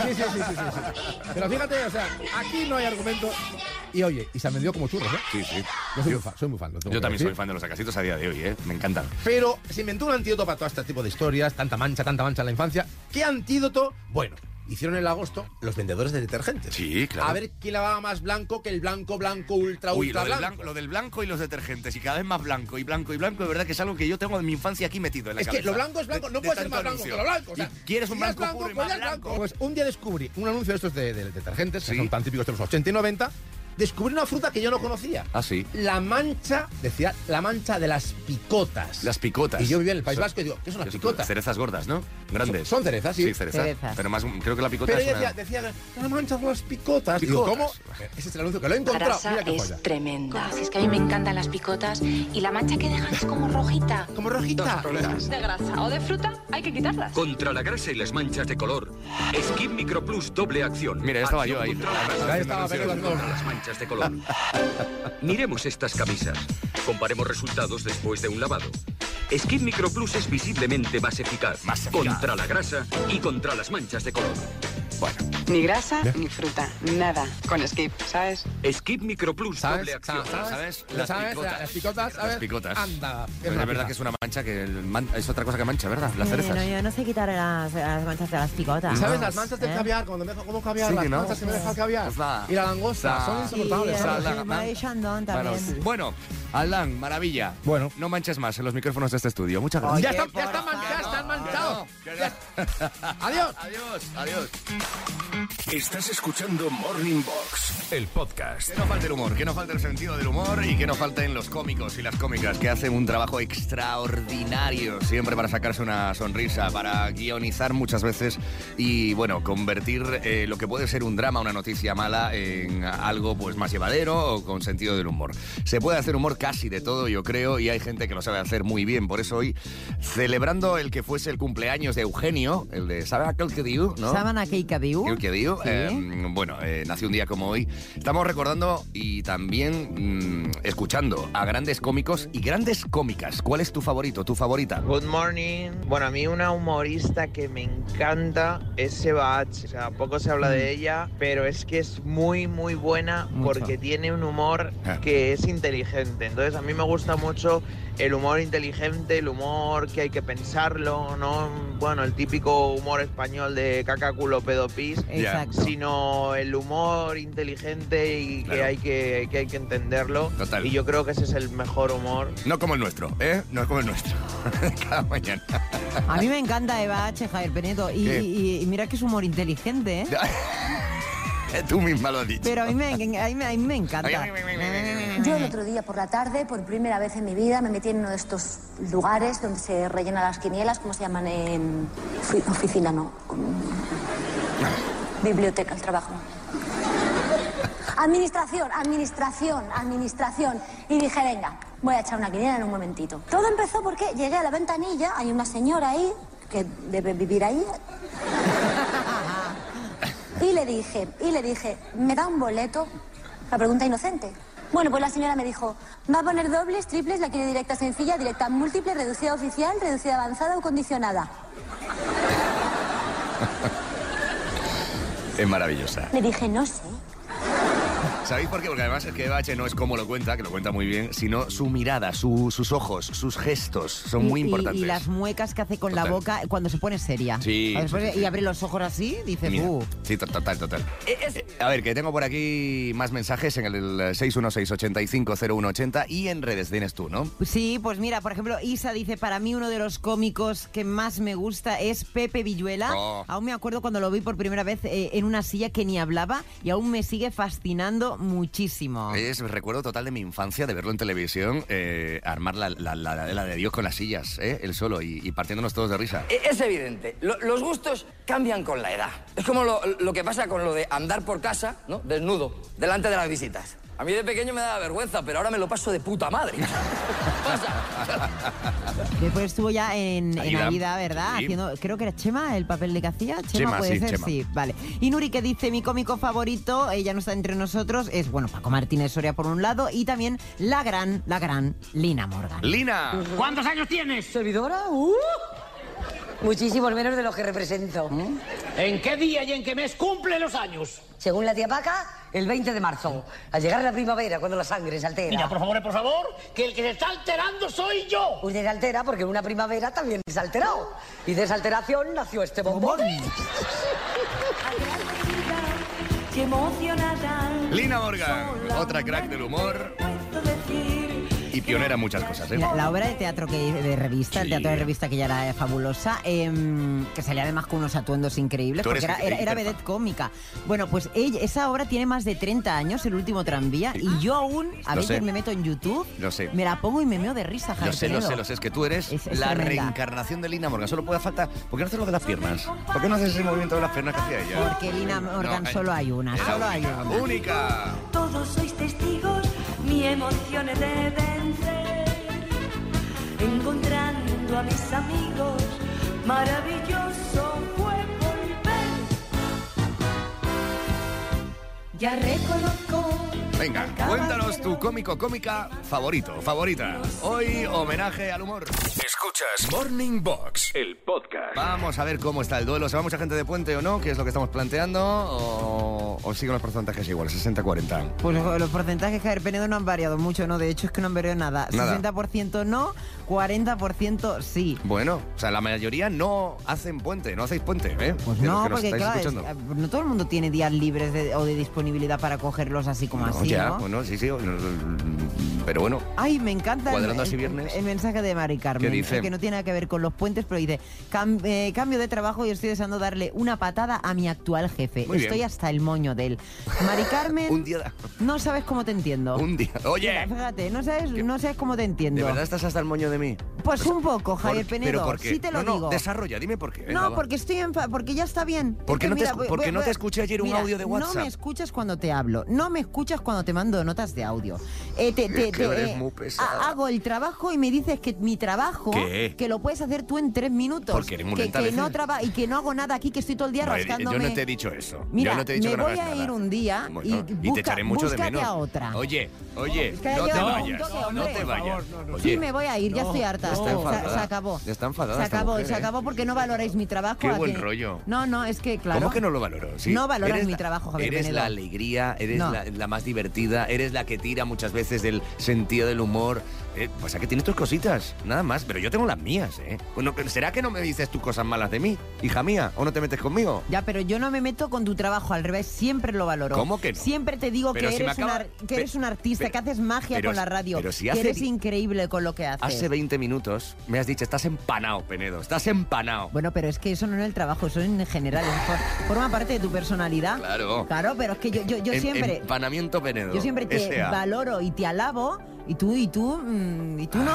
Speaker 15: Sí, sí, sí, sí, sí, sí. Pero fíjate, o sea, aquí no hay argumento. Y oye, y se han vendido como churros, ¿eh?
Speaker 2: Sí, sí.
Speaker 15: Yo soy muy fan, soy muy fan. lo tengo
Speaker 2: Yo
Speaker 15: que
Speaker 2: también
Speaker 15: decir.
Speaker 2: soy fan de los acasitos a día de hoy, ¿eh? Me encantan.
Speaker 15: Pero se inventó un antídoto para todo este tipo de historias, tanta mancha, tanta mancha en la infancia. ¿Qué antídoto? Bueno, hicieron el agosto los vendedores de detergentes.
Speaker 2: Sí, claro.
Speaker 15: A ver quién lavaba más blanco que el blanco, blanco, ultra,
Speaker 2: Uy,
Speaker 15: ultra
Speaker 2: lo del,
Speaker 15: blanco.
Speaker 2: blanco, lo del blanco y los detergentes, y cada vez más blanco, y blanco, y blanco, de verdad que es algo que yo tengo de mi infancia aquí metido en la
Speaker 15: Es que
Speaker 2: cabeza.
Speaker 15: lo blanco es blanco,
Speaker 2: De-
Speaker 15: no
Speaker 2: de
Speaker 15: puede ser
Speaker 2: tanto
Speaker 15: más blanco
Speaker 2: anuncio.
Speaker 15: que lo blanco. O sea,
Speaker 2: Y quieres un
Speaker 15: si ya es
Speaker 2: blanco, puro y
Speaker 15: pues
Speaker 2: más
Speaker 15: ya es
Speaker 2: blanco.
Speaker 15: Pues un día descubrí un anuncio de estos de, de detergentes,
Speaker 2: Sí.
Speaker 15: que son tan típicos de los 80 y 90, descubrí una fruta que yo no conocía.
Speaker 2: Ah, sí.
Speaker 15: La mancha, decía, la mancha de las picotas.
Speaker 2: Las picotas.
Speaker 15: Y yo vivía en el País
Speaker 2: Son-
Speaker 15: Vasco y digo, ¿qué son las
Speaker 2: Son
Speaker 15: picotas?
Speaker 2: Cerezas gordas, ¿no? Grandes.
Speaker 15: Son- son cerezas, sí.
Speaker 2: Sí, cerezas.
Speaker 15: Cerezas.
Speaker 2: Pero más, creo que la picota
Speaker 15: Pero
Speaker 2: es
Speaker 15: ella
Speaker 2: una...
Speaker 15: decía, decía, la mancha de las picotas. Digo, ¿cómo? Eh,
Speaker 2: Picotas.
Speaker 15: Ese es el anuncio que lo he encontrado. Mira qué joya.
Speaker 18: tremenda. Si es que a mí me encantan las picotas y la mancha que dejan es como rojita.
Speaker 15: Como rojita.
Speaker 18: Dos problemas. De grasa o de fruta hay que quitarlas.
Speaker 19: Contra la grasa y las manchas de color, Skin Micro Plus doble acción.
Speaker 2: Mira, ya estaba yo ahí.
Speaker 19: Contra la grasa
Speaker 2: Ahí
Speaker 19: y
Speaker 2: estaba
Speaker 19: las
Speaker 2: Pedro
Speaker 19: manchas
Speaker 2: Andorra.
Speaker 19: las manchas de color. Miremos estas camisas. Comparemos resultados después de un lavado. Skin Micro Plus es visiblemente más eficaz, contra la grasa y contra las manchas de color.
Speaker 18: Ni grasa ni fruta, nada. Con skip, ¿sabes?
Speaker 19: Skip Micro Plus doble acción.
Speaker 2: ¿Sabes?
Speaker 15: ¿Lo sabes?
Speaker 2: picotas.
Speaker 15: Las picotas, ¿sabes?
Speaker 2: Las picotas.
Speaker 15: Anda. qué
Speaker 2: Pero es
Speaker 15: rápida.
Speaker 2: verdad que es una mancha que el man- es otra cosa que mancha, ¿verdad? Las
Speaker 4: Eh,
Speaker 2: cerezas.
Speaker 4: no, yo no sé quitar las, las manchas de las picotas.
Speaker 15: ¿Sabes?
Speaker 4: No,
Speaker 15: Las manchas del
Speaker 4: ¿eh?
Speaker 15: caviar, cuando me dejo como caviar,
Speaker 2: Sí
Speaker 15: las
Speaker 2: que no.
Speaker 15: manchas que me deja el caviar.
Speaker 2: Está.
Speaker 15: Y la langosta,
Speaker 2: Está.
Speaker 15: son insoportables.
Speaker 4: Sí,
Speaker 15: ¿sabes?
Speaker 4: la- la- Ay, Shandong también.
Speaker 2: Bueno, Bueno, Alan, maravilla. Bueno. No manches más en los micrófonos de este estudio. Muchas gracias.
Speaker 15: Ya están, ya están, man- ya están manchados. sentados.
Speaker 1: Adiós. Adiós. Adiós. Estás escuchando Morning Box, el podcast.
Speaker 2: Que no falte el humor, que no falte el sentido del humor y que no falten los cómicos y las cómicas que hacen un trabajo extraordinario siempre para sacarse una sonrisa, para guionizar muchas veces y, bueno, convertir eh, lo que puede ser un drama, una noticia mala en algo pues más llevadero o con sentido del humor. Se puede hacer humor casi de todo, yo creo, y hay gente que lo sabe hacer muy bien. Por eso hoy, celebrando el que fuese el cumpleaños de Eugenio, el de ¿Sabe aquel que digo? ¿no?
Speaker 4: Sábana Keika Biu.
Speaker 2: Creo que digo.
Speaker 4: Sí.
Speaker 2: eh, bueno, eh, nació un día como hoy. Estamos recordando y también mm, escuchando a grandes cómicos y grandes cómicas. ¿Cuál es tu favorito, tu favorita?
Speaker 20: Good morning. Bueno, a mí una humorista que me encanta es Eva H. O sea, poco se habla
Speaker 2: Mm.
Speaker 20: de ella, pero es que es muy, muy buena
Speaker 21: Mucho.
Speaker 20: porque tiene un humor
Speaker 21: Ah.
Speaker 20: que es inteligente. Entonces, a mí me gusta mucho el humor inteligente, el humor que hay que pensarlo, no, bueno, el típico humor español de caca, culo, pedo, pis,
Speaker 2: Exacto.
Speaker 20: sino el humor inteligente y que,
Speaker 2: Claro.
Speaker 20: hay que, que hay que entenderlo.
Speaker 2: Total.
Speaker 20: Y yo creo que ese es el mejor humor
Speaker 2: No como el nuestro, ¿eh? No como el nuestro. Cada mañana.
Speaker 4: A mí me encanta Eva H. Javier Penedo. Y,
Speaker 2: ¿Qué?
Speaker 4: y- y mira que es humor inteligente, ¿eh?
Speaker 2: Tú misma lo has dicho.
Speaker 4: Pero a mí me, a mí me- a mí me encanta.
Speaker 22: Yo el otro día por la tarde, por primera vez en mi vida, me metí en uno de estos lugares donde se rellenan las quinielas, ¿cómo se llaman? Em, ofi- oficina, no. Biblioteca, el trabajo. Administración, administración, administración. Y dije, venga, voy a echar una quiniela en un momentito. Todo empezó porque llegué a la ventanilla, hay una señora ahí que debe vivir ahí. Y le dije, y le dije, ¿me da un boleto? La pregunta inocente. Bueno, pues la señora me dijo, ¿va a poner dobles, triples, la quiere directa sencilla, directa múltiple, reducida oficial, reducida avanzada o condicionada?
Speaker 2: Es maravillosa.
Speaker 22: Le dije, no sé.
Speaker 2: ¿Sabéis por qué? Porque además es que Eva H no es como lo cuenta, que lo cuenta muy bien, sino su mirada, su- sus ojos, sus gestos son
Speaker 4: Y-
Speaker 2: muy
Speaker 4: y-
Speaker 2: importantes.
Speaker 4: Y, las muecas que hace con
Speaker 2: Total.
Speaker 4: la boca cuando se pone seria.
Speaker 2: Sí,
Speaker 4: Cuando se pone-
Speaker 2: sí, sí, sí.
Speaker 4: Y abre los ojos así, dice,
Speaker 2: Mira,
Speaker 4: "Uh".
Speaker 2: Sí, to- total, total. Eh, A ver, que tengo por aquí más mensajes en el eh, 616-850180 y en redes tienes tú, ¿no?
Speaker 4: Sí, pues mira, por ejemplo, Isa dice, para mí uno de los cómicos que más me gusta es Pepe Villuela.
Speaker 2: Oh.
Speaker 4: Aún me acuerdo cuando lo vi por primera vez eh, en una silla que ni hablaba y aún me sigue fascinando muchísimo.
Speaker 2: Es recuerdo total de mi infancia, de verlo en televisión, eh, armar la, la, la- la de Dios con las sillas, ¿eh? él solo, y, y partiéndonos todos de risa.
Speaker 4: Eh,
Speaker 23: E- Es evidente, lo- los gustos cambian con la edad. Es como lo, lo que pasa con lo de andar por casa, ¿no? Desnudo, delante de las visitas. A mí de pequeño me daba vergüenza, pero ahora me lo paso de puta madre.
Speaker 4: Después estuvo ya en, en
Speaker 23: Aida.
Speaker 4: Aida, ¿verdad?
Speaker 23: Sí.
Speaker 4: Haciendo, creo que era Chema el papel de que hacía. Chema,
Speaker 2: Chema,
Speaker 4: puede
Speaker 2: sí,
Speaker 4: ser,
Speaker 2: Chema.
Speaker 4: sí. Vale. Y Nuri que dice, mi cómico favorito, ella no está entre nosotros, es, bueno, Paco Martínez Soria por un lado y también la gran, la gran Lina Morgan.
Speaker 2: Lina.
Speaker 24: ¿Cuántos años tienes? Servidora, uh, muchísimos menos de los que represento.
Speaker 23: ¿Mm? ¿En qué día y en qué mes cumple los años?
Speaker 24: Según la tía Paca, el 20 de marzo, al llegar la primavera, cuando la sangre se altera.
Speaker 23: Mira, por favor, eh, por favor,
Speaker 24: que el que se está alterando soy yo. Usted se Pues altera porque en una primavera también se ha alterado. Y de esa alteración nació este bombón.
Speaker 25: Qué emocionada.
Speaker 2: Lina Morgan, otra crack del humor y pionera en muchas cosas, ¿eh?
Speaker 4: La, la obra de teatro que de revista, el teatro de revista que ya era eh, fabulosa, em, que salía además con unos atuendos increíbles,
Speaker 2: Tú
Speaker 4: porque
Speaker 2: eres
Speaker 4: era, era, era
Speaker 2: hiperfan.
Speaker 4: vedette cómica. Bueno, pues ella- esa obra tiene más de 30 años, el último tranvía, y yo aún, a
Speaker 2: Lo
Speaker 4: veces
Speaker 2: sé.
Speaker 4: me meto en YouTube,
Speaker 2: Lo sé.
Speaker 4: me la pongo y me meo de
Speaker 2: Lo sé,
Speaker 4: risa,
Speaker 2: lo
Speaker 4: Javier
Speaker 2: sé,
Speaker 4: Penedo.
Speaker 2: lo sé. Es que tú eres
Speaker 4: es
Speaker 2: la
Speaker 4: tremenda.
Speaker 2: reencarnación de Lina Morgan. Solo puede falta. ¿Por qué no haces lo de las piernas? ¿Por qué no haces ese movimiento de las piernas que hacía ella?
Speaker 4: Porque Lina Morgan
Speaker 2: No, eh,
Speaker 4: solo hay una,
Speaker 2: era
Speaker 4: solo hay
Speaker 2: única,
Speaker 4: una.
Speaker 2: única.
Speaker 25: Todos sois testigos, mi emoción he de vencer. Encontrando a mis amigos, maravilloso fue volver. Ya reconozco
Speaker 2: Venga, cuéntanos tu cómico cómica favorito, favorita. Hoy homenaje al humor.
Speaker 1: Escuchas Morning Box, el podcast.
Speaker 2: Vamos a ver cómo está el duelo. ¿Se va mucha gente de puente o no? ¿Qué es lo que estamos planteando? ¿O, o siguen los porcentajes igual? 60-40.
Speaker 4: Pues los, los porcentajes Javier Penedo no han variado mucho, ¿no? De hecho, es que no han variado nada.
Speaker 2: Nada.
Speaker 4: 60% no, 40% sí.
Speaker 2: Bueno, o sea, la mayoría no hacen puente, no hacéis puente, ¿eh? De los
Speaker 4: Pues No,
Speaker 2: que nos
Speaker 4: porque
Speaker 2: estáis
Speaker 4: claro, es-
Speaker 2: escuchando.
Speaker 4: eh, no todo el mundo tiene días libres de- o de disponibilidad para cogerlos así como
Speaker 2: No,
Speaker 4: así. sí,
Speaker 2: ya,
Speaker 4: ¿no?
Speaker 2: bueno, sí, sí. Pero bueno,
Speaker 4: Ay, me encanta el,
Speaker 2: Cuadrando así
Speaker 4: el-
Speaker 2: viernes.
Speaker 4: el mensaje de Mari Carmen, eh,
Speaker 2: ¿Qué dice?
Speaker 4: que no tiene nada que ver con los puentes, pero dice, "Cam- eh, cambio de trabajo y estoy deseando darle una patada a mi actual jefe.
Speaker 2: Muy bien.
Speaker 4: estoy hasta el moño de él. Mari Carmen,
Speaker 2: Un día-
Speaker 4: no sabes cómo te entiendo.
Speaker 2: un día. Oye,
Speaker 4: Mira, fíjate, no sabes, no sabes cómo te entiendo.
Speaker 2: ¿de verdad estás hasta el moño de mí?
Speaker 4: Pues un poco,
Speaker 2: Por-
Speaker 4: Javier Penedo,
Speaker 2: ¿Pero por qué?
Speaker 4: sí te lo
Speaker 2: no, no,
Speaker 4: digo.
Speaker 2: desarrolla, dime por qué. venga,
Speaker 4: No,
Speaker 2: va.
Speaker 4: porque estoy enfa- porque ya está bien.
Speaker 2: ¿Por qué
Speaker 4: Es que
Speaker 2: no te
Speaker 4: mira,
Speaker 2: escu-
Speaker 4: voy-
Speaker 2: por qué
Speaker 4: voy-
Speaker 2: no te
Speaker 4: voy-
Speaker 2: escuché ayer un
Speaker 4: mira,
Speaker 2: audio de
Speaker 4: No
Speaker 2: WhatsApp?
Speaker 4: me escuchas cuando te hablo, no me escuchas cuando te mando notas de audio. Eh, te-
Speaker 2: Es
Speaker 4: te-
Speaker 2: que
Speaker 4: te-
Speaker 2: eres
Speaker 4: eh,
Speaker 2: muy pesada.
Speaker 4: ha- Hago el trabajo y me dices que mi trabajo
Speaker 2: ¿Qué?
Speaker 4: que lo puedes hacer tú en tres minutos.
Speaker 2: Porque eres muy
Speaker 4: que,
Speaker 2: lenta,
Speaker 4: que
Speaker 2: Lecil.
Speaker 4: no traba- y que no hago nada aquí, que estoy todo el día
Speaker 2: No, eh,
Speaker 4: rascándome.
Speaker 2: yo no te he dicho eso.
Speaker 4: Mira,
Speaker 2: yo no te he dicho
Speaker 4: me
Speaker 2: que no
Speaker 4: voy
Speaker 2: hagas
Speaker 4: a ir
Speaker 2: nada.
Speaker 4: un día
Speaker 2: Bueno,
Speaker 4: y,
Speaker 2: te
Speaker 4: busca-
Speaker 2: echaré mucho de
Speaker 4: búscate
Speaker 2: menos.
Speaker 4: a otra.
Speaker 2: Oye, oye,
Speaker 4: Es que ha
Speaker 2: no te
Speaker 4: llegado a un
Speaker 2: vayas.
Speaker 4: toque,
Speaker 2: no
Speaker 4: hombre.
Speaker 2: te
Speaker 4: Por
Speaker 2: vayas. Oye,
Speaker 4: Sí, me voy a ir, ya estoy harta.
Speaker 2: Está
Speaker 4: Se-
Speaker 2: enfadada.
Speaker 4: se, acabó.
Speaker 2: Está enfadada
Speaker 4: Se
Speaker 2: esta
Speaker 4: acabó,
Speaker 2: mujer,
Speaker 4: se
Speaker 2: ¿eh?
Speaker 4: acabó porque no valoráis mi trabajo.
Speaker 2: Qué
Speaker 4: a
Speaker 2: buen
Speaker 4: que-
Speaker 2: rollo.
Speaker 4: No, no, es que claro.
Speaker 2: ¿Cómo que no lo valoro? Sí,
Speaker 4: No valoras
Speaker 2: eres
Speaker 4: mi
Speaker 2: la-
Speaker 4: trabajo, Javier
Speaker 2: Eres la
Speaker 4: Penedo.
Speaker 2: alegría, eres
Speaker 4: No.
Speaker 2: la, la más divertida, eres la que tira muchas veces del sentido del humor. Eh, pasa que tienes tus cositas, nada más, pero yo tengo las mías, ¿eh? Bueno, ¿será que no me dices tú cosas malas de mí, hija mía? ¿O no te metes conmigo?
Speaker 4: Ya, pero yo no me meto con tu trabajo, al revés, siempre lo valoro.
Speaker 2: ¿Cómo que no?
Speaker 4: Siempre te digo que
Speaker 2: Pero si me
Speaker 4: eres,
Speaker 2: acaba-
Speaker 4: un ar- que
Speaker 2: pe-
Speaker 4: eres un artista,
Speaker 2: pe-
Speaker 4: que haces magia
Speaker 2: pero
Speaker 4: con la
Speaker 2: si-
Speaker 4: radio,
Speaker 2: pero si hace
Speaker 4: que eres
Speaker 2: di-
Speaker 4: increíble con lo que haces.
Speaker 2: Hace 20 minutos me has dicho, estás empanado, Penedo, estás empanado.
Speaker 4: Bueno, pero es que eso no es el trabajo, eso en general, es for- forma parte de tu personalidad.
Speaker 2: Claro.
Speaker 4: Claro, pero es que yo, yo, yo
Speaker 2: Em-
Speaker 4: siempre...
Speaker 2: Empanamiento Penedo.
Speaker 4: Yo siempre te
Speaker 2: S.A..
Speaker 4: valoro y te alabo, y tú, y tú, mm, y tú no.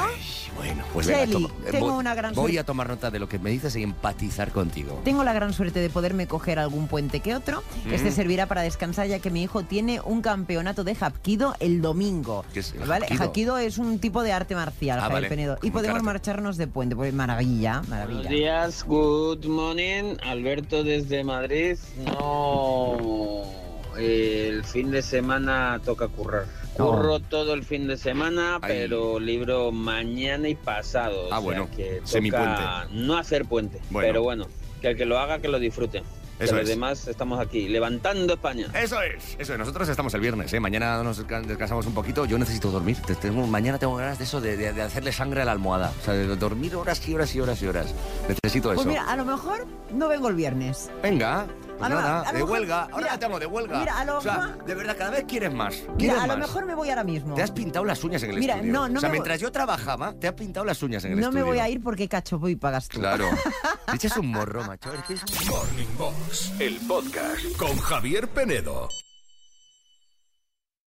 Speaker 2: Bueno, pues
Speaker 4: Cheli,
Speaker 2: venga, toma. Eh,
Speaker 4: tengo
Speaker 2: voy-
Speaker 4: una gran
Speaker 2: Voy
Speaker 4: suerte.
Speaker 2: a tomar nota de lo que me dices y empatizar contigo.
Speaker 4: Tengo la gran suerte de poderme coger algún puente que otro.
Speaker 2: Mm.
Speaker 4: Este servirá para descansar ya que mi hijo tiene un campeonato de hapkido el domingo.
Speaker 2: ¿Qué es el
Speaker 4: ¿Vale?
Speaker 2: hapkido?
Speaker 4: Hapkido es un tipo de arte marcial,
Speaker 2: Ah,
Speaker 4: Javier
Speaker 2: vale.
Speaker 4: Penedo. Y
Speaker 2: Como
Speaker 4: podemos
Speaker 2: karate.
Speaker 4: marcharnos de puente. Pues maravilla, maravilla.
Speaker 5: Buenos días, good morning, Alberto desde Madrid. No, el fin de semana toca currar.
Speaker 2: Oh.
Speaker 5: Curro todo el fin de semana, pero libro mañana y pasado.
Speaker 2: Ah,
Speaker 5: o sea
Speaker 2: bueno,
Speaker 5: que
Speaker 2: semipuente.
Speaker 5: toca no hacer puente,
Speaker 2: Bueno.
Speaker 5: pero bueno, que el que lo haga, que lo disfrute. Que
Speaker 2: Eso
Speaker 5: los
Speaker 2: es.
Speaker 5: demás estamos aquí, levantando España.
Speaker 2: Eso es, eso es. Nosotros estamos el viernes, ¿eh? Mañana nos desca- descansamos un poquito. Yo necesito dormir. Te- tengo- mañana tengo ganas de eso, de, de- de hacerle sangre a la almohada. O sea, de dormir horas y horas y horas y horas. Necesito eso.
Speaker 4: Pues mira, a lo mejor no vengo el viernes.
Speaker 2: Venga, pues
Speaker 4: A lo-
Speaker 2: nada,
Speaker 4: a lo
Speaker 2: de
Speaker 4: mejor-
Speaker 2: huelga. Ahora
Speaker 4: mira,
Speaker 2: estamos de huelga.
Speaker 4: mira, a lo
Speaker 2: o sea,
Speaker 4: mejor-
Speaker 2: de verdad, cada vez quieres más. Quieres
Speaker 4: Mira, a lo
Speaker 2: más.
Speaker 4: mejor me voy ahora mismo.
Speaker 2: Te has pintado las uñas en el
Speaker 4: Mira,
Speaker 2: estudio.
Speaker 4: no, no
Speaker 2: o sea,
Speaker 4: me voy.
Speaker 2: mientras yo trabajaba, te has pintado las uñas en el
Speaker 4: No me
Speaker 2: estudio.
Speaker 4: voy a ir porque cachopo y pagas tú.
Speaker 2: Claro. Te echas un morro, macho. Eres-
Speaker 1: Morning Box, el podcast con Javier Penedo.